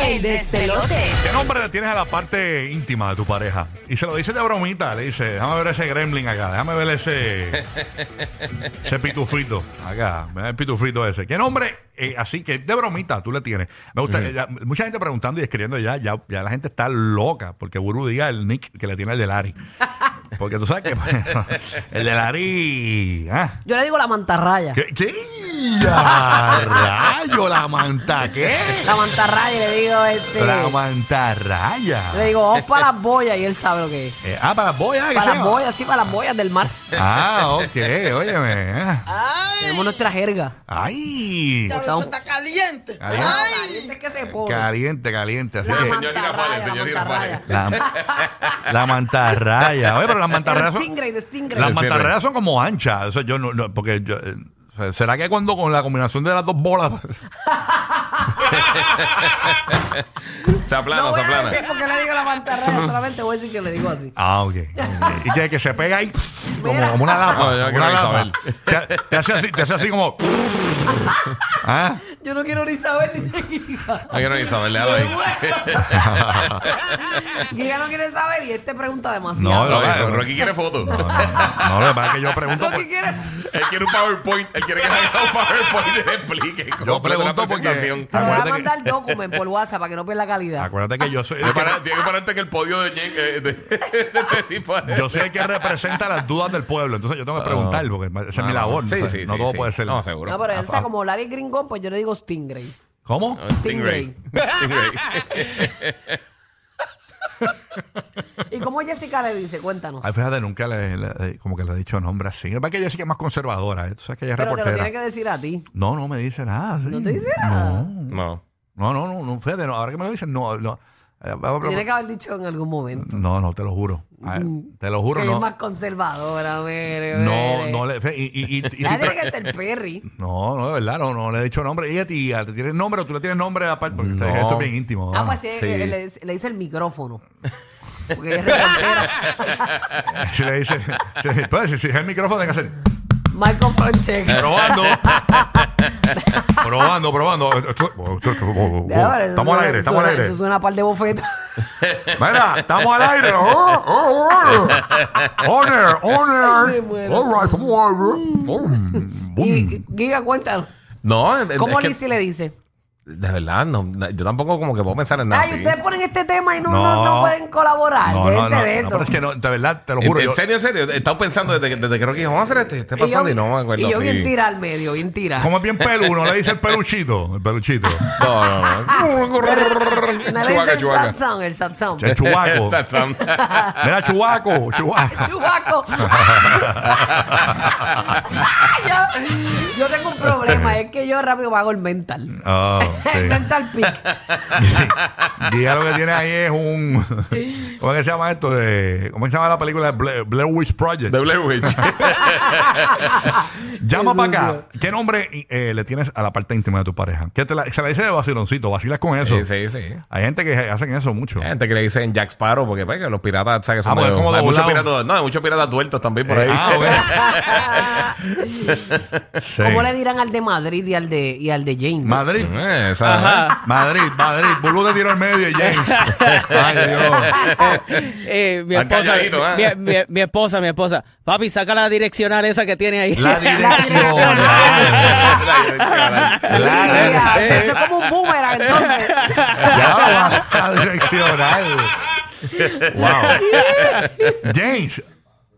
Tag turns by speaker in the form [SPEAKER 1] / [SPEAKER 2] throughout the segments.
[SPEAKER 1] El despelote.
[SPEAKER 2] ¿Qué nombre le tienes a la parte íntima de tu pareja? Y se lo dice de bromita, le dice, déjame ver ese gremlin acá, déjame ver ese, ese pitufito acá, mira el pitufito ese. ¿Qué nombre? eh, así que de bromita tú le tienes. Me gusta, eh, ya, mucha gente preguntando y escribiendo ya, ya, ya la gente está loca porque Buru diga el nick que le tiene el de Lari. Porque tú sabes que el de Lari... ah,
[SPEAKER 1] Yo le digo la mantarraya.
[SPEAKER 2] ¿Qué? ¿Qué? ¡Ya, rayo, la manta, ¿qué?
[SPEAKER 1] La mantarraya, y le digo este.
[SPEAKER 2] La
[SPEAKER 1] Yo le
[SPEAKER 2] mantarraya.
[SPEAKER 1] digo, vamos para las boyas y él sabe lo que es.
[SPEAKER 2] Eh, ah, para las boyas, ¿qué se
[SPEAKER 1] Para las
[SPEAKER 2] llama?
[SPEAKER 1] boyas, sí, para las boyas del mar.
[SPEAKER 2] Ah, ok, óyeme. ah.
[SPEAKER 1] Tenemos nuestra jerga.
[SPEAKER 2] Ay,
[SPEAKER 3] Diablo, eso está caliente.
[SPEAKER 2] Caliente.
[SPEAKER 3] Ay,
[SPEAKER 1] Es que se pone.
[SPEAKER 2] caliente, caliente. Así
[SPEAKER 1] La
[SPEAKER 2] que
[SPEAKER 4] Señor
[SPEAKER 1] mantarraya,
[SPEAKER 4] Girafales,
[SPEAKER 1] la
[SPEAKER 4] señor
[SPEAKER 1] mantarraya.
[SPEAKER 2] la, la mantarraya. Oye, pero las mantarrayas
[SPEAKER 1] El
[SPEAKER 2] son,
[SPEAKER 1] stingray, el stingray.
[SPEAKER 2] las mantarrayas son como anchas. Eso yo no, no, porque yo, eh, ¿Será que cuando con la combinación de las dos bolas?
[SPEAKER 4] Se aplana,
[SPEAKER 1] No voy
[SPEAKER 4] se
[SPEAKER 1] a
[SPEAKER 4] aplana.
[SPEAKER 1] decir porque le digo la mantarraya, solamente voy a decir que le digo así.
[SPEAKER 2] Ah, ok. ok. y que, que se pega ahí como,
[SPEAKER 1] Mira.
[SPEAKER 2] como una lapa.
[SPEAKER 4] No, yo
[SPEAKER 2] como
[SPEAKER 4] creo
[SPEAKER 2] una
[SPEAKER 4] que
[SPEAKER 2] lapa.
[SPEAKER 4] Isabel.
[SPEAKER 2] Te, te hace así, te hace así como. ¿Ah?
[SPEAKER 1] Yo no quiero ni saber ni seguir.
[SPEAKER 4] Hay que no Isabel, le ahí.
[SPEAKER 1] Giga no quiere saber y este pregunta
[SPEAKER 2] No,
[SPEAKER 1] demasiado.
[SPEAKER 2] no,
[SPEAKER 4] Oye,
[SPEAKER 2] no, no.
[SPEAKER 4] Rocky quiere fotos.
[SPEAKER 2] No, no, no, lo que pasa es que yo pregunto.
[SPEAKER 1] Lo que
[SPEAKER 2] por-
[SPEAKER 1] quiere.
[SPEAKER 4] Él quiere un PowerPoint. Él quiere que le haga un PowerPoint y le explique. cómo
[SPEAKER 2] Yo pregunto
[SPEAKER 4] hacer la
[SPEAKER 2] porque-
[SPEAKER 4] presentación.
[SPEAKER 1] Te voy a
[SPEAKER 2] Acuérdate que-
[SPEAKER 1] mandar document por WhatsApp para que no pierda calidad.
[SPEAKER 2] Acuérdate que yo soy.
[SPEAKER 4] Tiene que parar- tiene que pararte en el podio de, Jen- eh, de- de este tipo.
[SPEAKER 2] Yo soy el que representa las dudas del pueblo, entonces yo tengo que preguntar, porque esa es mi labor.
[SPEAKER 4] Ah. Sí,
[SPEAKER 2] o sea,
[SPEAKER 4] sí,
[SPEAKER 2] no
[SPEAKER 4] sí,
[SPEAKER 2] todo
[SPEAKER 4] sí.
[SPEAKER 2] puede ser.
[SPEAKER 4] No, seguro.
[SPEAKER 1] No, pero él sea como Larry Gringón, pues yo le digo Stingray.
[SPEAKER 2] ¿Cómo?
[SPEAKER 4] Stingray. Stingray.
[SPEAKER 1] ¿Y cómo Jessica le dice? Cuéntanos.
[SPEAKER 2] Ay, fíjate, nunca le, le- como que le he dicho nombre así. Lo que pasa es que Jessica es más conservadora, ¿eh? tú sabes que ella es
[SPEAKER 1] Pero te lo
[SPEAKER 2] reportera.
[SPEAKER 1] tiene que decir a ti.
[SPEAKER 2] No, no me dice nada. sí.
[SPEAKER 1] No te dice nada.
[SPEAKER 4] No.
[SPEAKER 2] No, no, no, no, fíjate, no, ahora que me lo dicen, no, no. Eh,
[SPEAKER 1] Tiene que haber dicho en algún momento.
[SPEAKER 2] No, no, te lo juro. A ver, te lo juro,
[SPEAKER 1] Uh, que es
[SPEAKER 2] no.
[SPEAKER 1] más conservadora, mire,
[SPEAKER 2] No,
[SPEAKER 1] mire.
[SPEAKER 2] no le. fe- Y, y, y- y-
[SPEAKER 1] Ella tiene que ser Perry.
[SPEAKER 2] no, no, de verdad, no, no le he dicho nombre. Ella tía, ¿te tienes nombre o tú le tienes nombre aparte? Porque
[SPEAKER 4] No.
[SPEAKER 2] esto es bien íntimo.
[SPEAKER 1] Ah,
[SPEAKER 2] ¿no?
[SPEAKER 1] pues sí,
[SPEAKER 4] sí.
[SPEAKER 1] Le, le- le dice el micrófono. Porque ella es reportera.
[SPEAKER 2] Si le dice, si, pues, si, si es el micrófono, tiene que hacer.
[SPEAKER 1] Michael Fonseca.
[SPEAKER 2] Probando. probando, probando. Esto- esto- esto-
[SPEAKER 1] Ya, pero eso
[SPEAKER 2] Estamos al
[SPEAKER 1] suena-
[SPEAKER 2] aire, estamos al
[SPEAKER 1] suena-
[SPEAKER 2] aire.
[SPEAKER 1] Eso suena a par de bofetas.
[SPEAKER 2] Mira, estamos al aire. Oh, oh, oh. On air, on air.
[SPEAKER 1] Ay, me muero.
[SPEAKER 2] All right, come on, bro. Oh, boom.
[SPEAKER 1] Y- y- Giga, cuéntanos.
[SPEAKER 4] No, es- es
[SPEAKER 1] ¿Cómo
[SPEAKER 4] que-
[SPEAKER 1] Lizzy le dice?
[SPEAKER 4] De verdad, no, no, yo tampoco como que puedo pensar en nada.
[SPEAKER 1] Ay,
[SPEAKER 4] así.
[SPEAKER 1] ustedes ponen este tema y no, no,
[SPEAKER 2] No.
[SPEAKER 1] no pueden colaborar.
[SPEAKER 2] No, no,
[SPEAKER 1] Déjense
[SPEAKER 2] no,
[SPEAKER 1] de
[SPEAKER 2] no,
[SPEAKER 1] eso.
[SPEAKER 2] pero es que no, de verdad, te lo
[SPEAKER 4] En,
[SPEAKER 2] juro.
[SPEAKER 4] en
[SPEAKER 2] yo-
[SPEAKER 4] serio, en serio, he estado pensando desde, que- desde que Rocky dijo, vamos a hacer esto, y está pasando y, no me acuerdo.
[SPEAKER 1] y yo
[SPEAKER 4] sí.
[SPEAKER 1] bien tira al medio, bien tira.
[SPEAKER 2] Como es bien pelu, no le dice el peluchito. El peluchito.
[SPEAKER 4] No,
[SPEAKER 1] No
[SPEAKER 4] no, no.
[SPEAKER 1] le dice
[SPEAKER 4] chubaca,
[SPEAKER 1] el sad
[SPEAKER 4] chubaca.
[SPEAKER 1] sound, el sad sound.
[SPEAKER 2] El chubaco.
[SPEAKER 4] Sad Sam.
[SPEAKER 2] Mira, chubaco, chubaco.
[SPEAKER 1] Chubaco. yo, yo tengo un problema, es que yo rápido hago el mental.
[SPEAKER 2] Oh,
[SPEAKER 1] El
[SPEAKER 2] sí.
[SPEAKER 1] mental pick.
[SPEAKER 2] Y ya lo que tiene ahí es un. ¿Cómo es que se llama esto? De, ¿Cómo se llama la película? Blair, Blair Witch Project.
[SPEAKER 4] The Blair Witch.
[SPEAKER 2] Llama
[SPEAKER 1] Qué
[SPEAKER 2] para acá.
[SPEAKER 1] sucio.
[SPEAKER 2] ¿Qué nombre eh, le tienes a la parte íntima de tu pareja? Que te la, se la dice de vaciloncito, vacilas con eso.
[SPEAKER 4] Sí, Eh, sí, sí.
[SPEAKER 2] Hay gente que hacen eso mucho.
[SPEAKER 4] Hay gente que le dicen Jack Sparrow porque pues, que los piratas, ¿sabes? que
[SPEAKER 2] Ah,
[SPEAKER 4] son
[SPEAKER 2] porque
[SPEAKER 4] medio-
[SPEAKER 2] es como
[SPEAKER 4] hay muchos
[SPEAKER 2] doblado.
[SPEAKER 4] piratas, no, hay muchos piratas tuertos también por ahí.
[SPEAKER 2] Eh, ah, ok. Sí.
[SPEAKER 1] ¿Cómo le dirán al de Madrid y al de, y al de James?
[SPEAKER 2] Madrid.
[SPEAKER 4] Eh, esa-
[SPEAKER 2] Madrid, Madrid. Bulú te tiró al medio, James. Ay, Dios.
[SPEAKER 5] Eh, mi,
[SPEAKER 4] Tan
[SPEAKER 5] esposa,
[SPEAKER 4] calladito, ¿eh?
[SPEAKER 5] mi, mi- mi esposa, mi esposa. Papi, saca la direccional esa que tiene ahí.
[SPEAKER 2] La dirección.
[SPEAKER 4] La-
[SPEAKER 1] Ah, Sí,
[SPEAKER 2] La
[SPEAKER 4] Eh,
[SPEAKER 1] ya,
[SPEAKER 2] dirección.
[SPEAKER 1] Eso es como un boomerang, entonces.
[SPEAKER 2] Ya va a direccionar. Wow. James,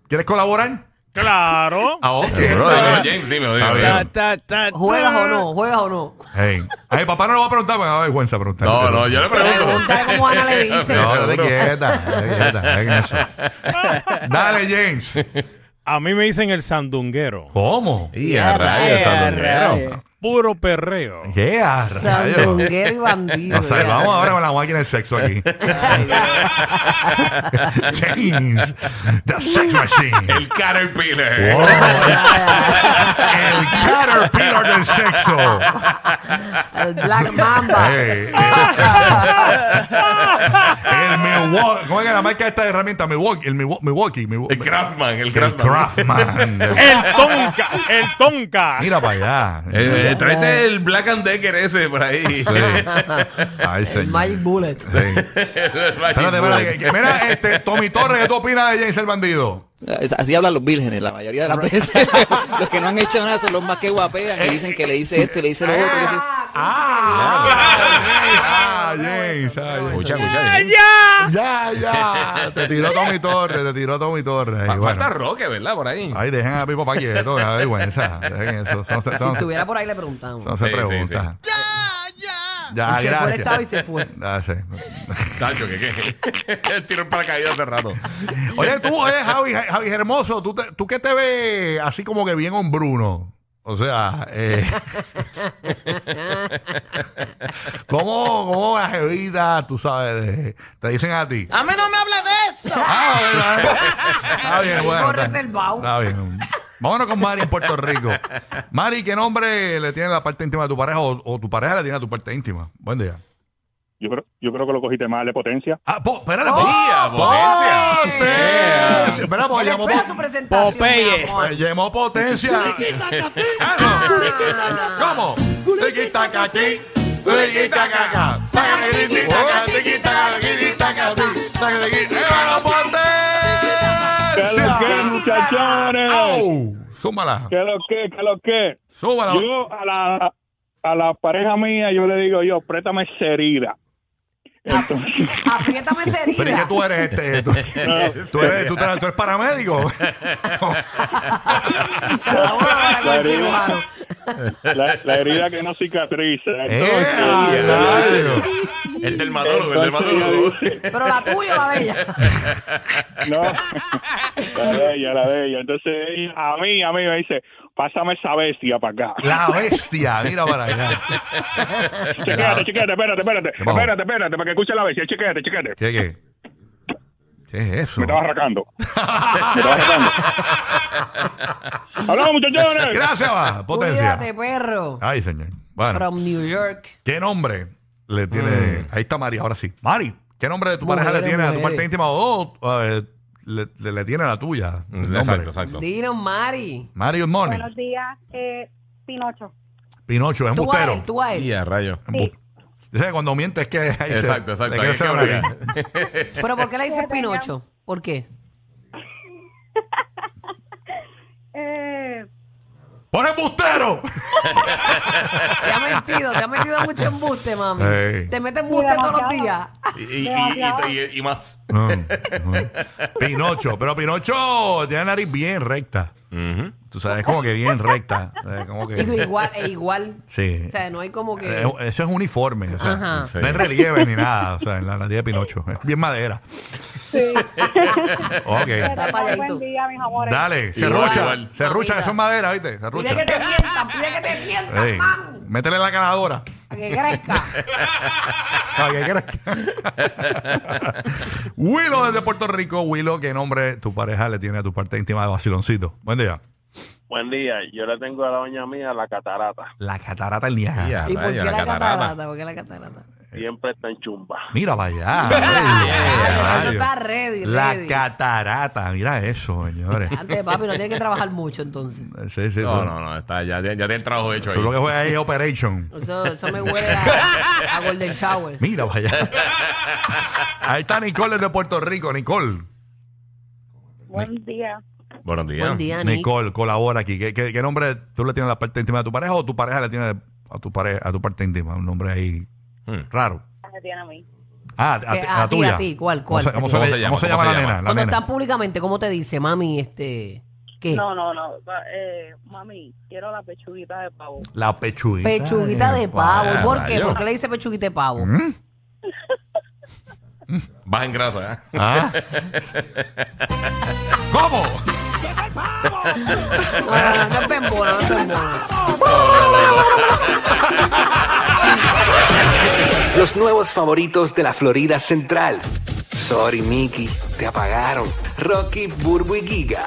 [SPEAKER 2] ¿quieres colaborar?
[SPEAKER 5] Claro.
[SPEAKER 2] Ah, ok.
[SPEAKER 4] Bro, dime, James, dime, dime,
[SPEAKER 2] Está
[SPEAKER 4] dime.
[SPEAKER 2] bien.
[SPEAKER 1] ¿Juegas o no? ¿Juegas o no?
[SPEAKER 2] Hey. Ay, papá no lo va a preguntar porque me da vergüenza preguntar.
[SPEAKER 4] No, no, yo le pregunto.
[SPEAKER 1] Pregúntale cómo Ana le dice.
[SPEAKER 2] No, no te quieta, no te quieta, en eso. Dale, James.
[SPEAKER 6] A mí me dicen el sandunguero.
[SPEAKER 2] ¿Cómo?
[SPEAKER 4] Y a rayos,
[SPEAKER 5] Eh,
[SPEAKER 4] sandunguero.
[SPEAKER 5] rayos.
[SPEAKER 6] Puro perreo.
[SPEAKER 2] ¿Qué a rayos?
[SPEAKER 1] Sandunguero y bandido.
[SPEAKER 2] Nos salvamos ahora con la máquina del sexo aquí. James, the sex machine.
[SPEAKER 4] El caterpillar.
[SPEAKER 2] Wow. El caterpillar del sexo.
[SPEAKER 1] El
[SPEAKER 4] Eh.
[SPEAKER 1] Black Mamba.
[SPEAKER 2] Hey. El Milwaukee. ¿Cómo es que era? la marca esta de herramienta Milwaukee, el Milwa- Milwaukee, Milwa-
[SPEAKER 4] El Craftman, el
[SPEAKER 2] el
[SPEAKER 4] Craftman.
[SPEAKER 2] Craftman.
[SPEAKER 6] El tonka, el tonka.
[SPEAKER 2] Mira para allá.
[SPEAKER 4] Eh, eh, tráete el Black and Decker ese por ahí.
[SPEAKER 2] Sí. Ay,
[SPEAKER 1] El
[SPEAKER 2] señor.
[SPEAKER 1] Magic Bullet.
[SPEAKER 2] Sí. Espérate, espérate, que- que- Mira, este, Tommy Torres, ¿qué tú opinas de James el Bandido?
[SPEAKER 3] Es- Así hablan los vírgenes, la mayoría de las veces. los que no han hecho nada son los más que guapean, que dicen que le hice esto y le hice lo otro. que sí.
[SPEAKER 2] Ah, James, ah, James.
[SPEAKER 7] Escucha, escucha. bien.
[SPEAKER 2] Ya, ya. Te tiró Tommy Torres, te tiró Tommy Torres.
[SPEAKER 4] Fa-
[SPEAKER 2] Y
[SPEAKER 4] Falta
[SPEAKER 2] bueno,
[SPEAKER 4] Roque, ¿verdad? Por ahí.
[SPEAKER 2] Ay, dejen a Pipo Paquieto, que da vergüenza. Dejen eso. Son, son,
[SPEAKER 1] Si
[SPEAKER 2] son-
[SPEAKER 1] estuviera por ahí le preguntamos.
[SPEAKER 2] son- son
[SPEAKER 4] Sí, sí,
[SPEAKER 2] preguntas.
[SPEAKER 1] Y
[SPEAKER 2] Ya, ya.
[SPEAKER 1] se
[SPEAKER 2] Ya,
[SPEAKER 1] fue el estado y
[SPEAKER 2] gracias.
[SPEAKER 1] se fue.
[SPEAKER 2] Ya sé.
[SPEAKER 4] Tacho, que qué. El tiro para caída hace rato.
[SPEAKER 2] Oye, tú, oye, Javi, Javi Hermoso, ¿tú, te- tú que te ves así como que bien hombruno. O sea, eh, ¿cómo, ¿cómo la jevita, tú sabes, eh, te dicen a ti?
[SPEAKER 8] A mí no me hable de eso.
[SPEAKER 2] Ah, bueno, está bien. Está bien, bueno.
[SPEAKER 1] Por
[SPEAKER 2] está-
[SPEAKER 1] reservado.
[SPEAKER 2] Está bien. Vámonos con Mari en Puerto Rico. Mari, ¿qué nombre le tiene la parte íntima de tu pareja o, o tu pareja le tiene a tu parte íntima? Buen día.
[SPEAKER 9] Yo creo, yo creo que lo cogiste mal de potencia.
[SPEAKER 2] Ah, po,
[SPEAKER 1] Oh,
[SPEAKER 2] espérate, po-
[SPEAKER 4] Mira, potencia.
[SPEAKER 2] potencia. Espera, pues,
[SPEAKER 1] Él
[SPEAKER 2] llamó,
[SPEAKER 1] espera su
[SPEAKER 2] po-
[SPEAKER 1] presentación.
[SPEAKER 5] Popeye.
[SPEAKER 1] mi amor.
[SPEAKER 2] eh, llamó potencia. Ah, no. ¿Cómo? Tiquitacaquí, tiquitacacá, tacaquititacá, tiquitacá, tiquitacá, tiquitacaquí. ¡Llévalo,
[SPEAKER 9] ¿Qué es lo que,
[SPEAKER 2] potencia!
[SPEAKER 9] muchachones?
[SPEAKER 2] ¡Au! Súmala,
[SPEAKER 9] ¿Qué es lo que, qué es lo que?
[SPEAKER 2] súmala.
[SPEAKER 9] Yo a la, a la pareja mía, yo le digo yo, préstame esa herida. Entonces,
[SPEAKER 1] Apriétame esa
[SPEAKER 2] Pero es
[SPEAKER 1] herida.
[SPEAKER 2] que tú eres este, tú, tú eres, tú, tra- tú eres paramédico.
[SPEAKER 1] Ahora,
[SPEAKER 9] la
[SPEAKER 1] con el cirujano.
[SPEAKER 9] herida, la, la herida que no cicatriza.
[SPEAKER 2] ¡Eh,
[SPEAKER 9] Entonces,
[SPEAKER 2] diablo!
[SPEAKER 4] El dermatólogo, el
[SPEAKER 9] Entonces, ya
[SPEAKER 4] dermatólogo.
[SPEAKER 9] dice,
[SPEAKER 1] Pero la tuya o la de ella.
[SPEAKER 9] no, la de ella, la de ella. Entonces ella, a mí, a mí me dice, pásame esa bestia para acá.
[SPEAKER 2] La bestia, mira para allá.
[SPEAKER 9] Chequéate, chequéate, espérate, espérate,
[SPEAKER 2] pasó?
[SPEAKER 9] espérate, espérate, para que escuche la bestia, chequéate, chequéate.
[SPEAKER 2] ¿Qué, qué? ¿Qué es eso?
[SPEAKER 9] Me estaba arrancando. Me estaba arrancando. ¡Hablamos, muchachones!
[SPEAKER 2] Gracias, va,
[SPEAKER 1] Cuídate,
[SPEAKER 2] potencia.
[SPEAKER 1] perro.
[SPEAKER 2] Ay, señor. Bueno,
[SPEAKER 1] From New York.
[SPEAKER 2] ¿qué nombre le tiene? Ahí está Mari, ahora sí. Mari, ¿qué nombre de tu
[SPEAKER 1] Mujeres,
[SPEAKER 2] pareja le tiene a tu
[SPEAKER 1] mujeres.
[SPEAKER 2] parte íntima o o, eh, le, le- le tiene a la tuya? El nombre.
[SPEAKER 4] Exacto, exacto.
[SPEAKER 1] Dino Mari.
[SPEAKER 2] Mari Good Morning.
[SPEAKER 10] Buenos días, eh, Pinocho.
[SPEAKER 2] Pinocho, es
[SPEAKER 1] Tú a
[SPEAKER 2] embustero.
[SPEAKER 1] él, tú a él.
[SPEAKER 4] Y a rayo.
[SPEAKER 2] Embu- Dice que cuando mientes que... ahí se-
[SPEAKER 4] Exacto, exacto.
[SPEAKER 2] le
[SPEAKER 4] Hay
[SPEAKER 2] crece
[SPEAKER 4] que
[SPEAKER 2] una-
[SPEAKER 4] bregar.
[SPEAKER 1] Pero ¿por qué le dices Pinocho? ¿Por qué?
[SPEAKER 10] Eh,
[SPEAKER 2] ¡Pon embustero!
[SPEAKER 1] Te ha mentido, te ha metido mucho embuste, mami.
[SPEAKER 2] Ey.
[SPEAKER 1] Te mete embuste todos los
[SPEAKER 10] demasiado.
[SPEAKER 1] días.
[SPEAKER 4] Y, y, y, y- y más.
[SPEAKER 2] Mm, mm. Pinocho, pero Pinocho tiene la nariz bien recta.
[SPEAKER 4] Ujú.
[SPEAKER 2] Tú sabes, como que bien recta. eh, como que-
[SPEAKER 1] Digo, igual, e igual.
[SPEAKER 2] sí.
[SPEAKER 1] O sea, no hay como que.
[SPEAKER 2] Eh, Eso es uniforme. o sea,
[SPEAKER 1] Ajá.
[SPEAKER 4] Sí.
[SPEAKER 2] No hay relieve ni nada. O sea, en la nariz de Pinocho. Es bien madera.
[SPEAKER 10] sí.
[SPEAKER 2] Ok.
[SPEAKER 1] Está
[SPEAKER 10] Pero muy
[SPEAKER 1] falladito.
[SPEAKER 10] buen día, mis amores.
[SPEAKER 2] Dale,
[SPEAKER 4] Igual,
[SPEAKER 2] serrucha.
[SPEAKER 4] igual.
[SPEAKER 2] Serrucha,
[SPEAKER 1] Mamita.
[SPEAKER 2] eso es madera, ¿viste? Serrucha.
[SPEAKER 1] Pide que te mientan, pide que te mientan,
[SPEAKER 2] Ey,
[SPEAKER 1] man.
[SPEAKER 2] Métele la caladora. Ah,
[SPEAKER 1] A que crezca.
[SPEAKER 2] Para que crezca. Willow desde Puerto Rico. Willow, ¿qué nombre tu pareja le tiene a tu parte íntima de vaciloncito? Buen día.
[SPEAKER 11] Buen día, yo le tengo a la doña mía la catarata.
[SPEAKER 2] La catarata del Niaja.
[SPEAKER 4] Y a
[SPEAKER 1] ¿Y por qué
[SPEAKER 4] rayo,
[SPEAKER 1] la
[SPEAKER 4] la catarata.
[SPEAKER 1] catarata? ¿Por qué la catarata?
[SPEAKER 11] Siempre está en chumba.
[SPEAKER 2] Mira para allá.
[SPEAKER 1] Ah,
[SPEAKER 2] Ay,
[SPEAKER 1] Eso
[SPEAKER 2] rayos.
[SPEAKER 1] está ready,
[SPEAKER 2] La
[SPEAKER 1] ready.
[SPEAKER 2] catarata, mira eso, señores.
[SPEAKER 1] Antes, papi, no tiene que trabajar mucho entonces.
[SPEAKER 2] Sí, sí,
[SPEAKER 4] No,
[SPEAKER 2] tú-
[SPEAKER 4] no, no. Está, ya, ya, ya tiene el trabajo hecho
[SPEAKER 2] tú
[SPEAKER 4] ahí.
[SPEAKER 2] lo que juega ahí es Operation.
[SPEAKER 1] Eso, eso me huele a, a Golden Shower.
[SPEAKER 2] Mira para allá. Ahí está Nicole de Puerto Rico. Nicole,
[SPEAKER 10] Buen día.
[SPEAKER 4] Buenos días.
[SPEAKER 1] Buen día, Nick.
[SPEAKER 2] Nicole, colabora aquí. ¿Qué, qué, qué nombre tú le tienes a la parte íntima de tu pareja o tu pareja le tiene a tu, pare- a tu parte íntima? Un nombre ahí
[SPEAKER 4] Hmm.
[SPEAKER 2] raro.
[SPEAKER 10] Me tiene a mí.
[SPEAKER 2] Ah, a,
[SPEAKER 1] Que
[SPEAKER 2] ti-
[SPEAKER 1] a
[SPEAKER 2] a
[SPEAKER 1] ti,
[SPEAKER 2] tuya.
[SPEAKER 1] a ti, ¿cuál,
[SPEAKER 2] ¿Cómo
[SPEAKER 1] cuál?
[SPEAKER 2] se, cómo se
[SPEAKER 4] ¿Cómo
[SPEAKER 2] le-
[SPEAKER 4] se llama?
[SPEAKER 2] cómo se
[SPEAKER 4] ¿Cómo
[SPEAKER 2] llama
[SPEAKER 4] se
[SPEAKER 2] la
[SPEAKER 4] llama?
[SPEAKER 2] nena? La
[SPEAKER 1] Cuando
[SPEAKER 2] nena.
[SPEAKER 1] están públicamente, ¿cómo te dice, mami? Este, ¿Qué?
[SPEAKER 10] No, no, no. Eh, mami, quiero la pechuguita de pavo.
[SPEAKER 2] La pechuguita.
[SPEAKER 1] Pechuguita de pavo. ¿Y ¿Por
[SPEAKER 4] Ah,
[SPEAKER 1] qué?
[SPEAKER 4] rayo.
[SPEAKER 1] ¿Por qué le dice pechuguita de pavo?
[SPEAKER 2] ¿Mm?
[SPEAKER 4] Baja en grasa. ¿eh?
[SPEAKER 2] ¿Ah? ¿Cómo?
[SPEAKER 1] No, no, Ah, no, no es pembona, no es pembona.
[SPEAKER 2] Oh,
[SPEAKER 8] Los nuevos favoritos de la Florida Central. Sorry, Mickey, te apagaron. Rocky, Burbu y Giga,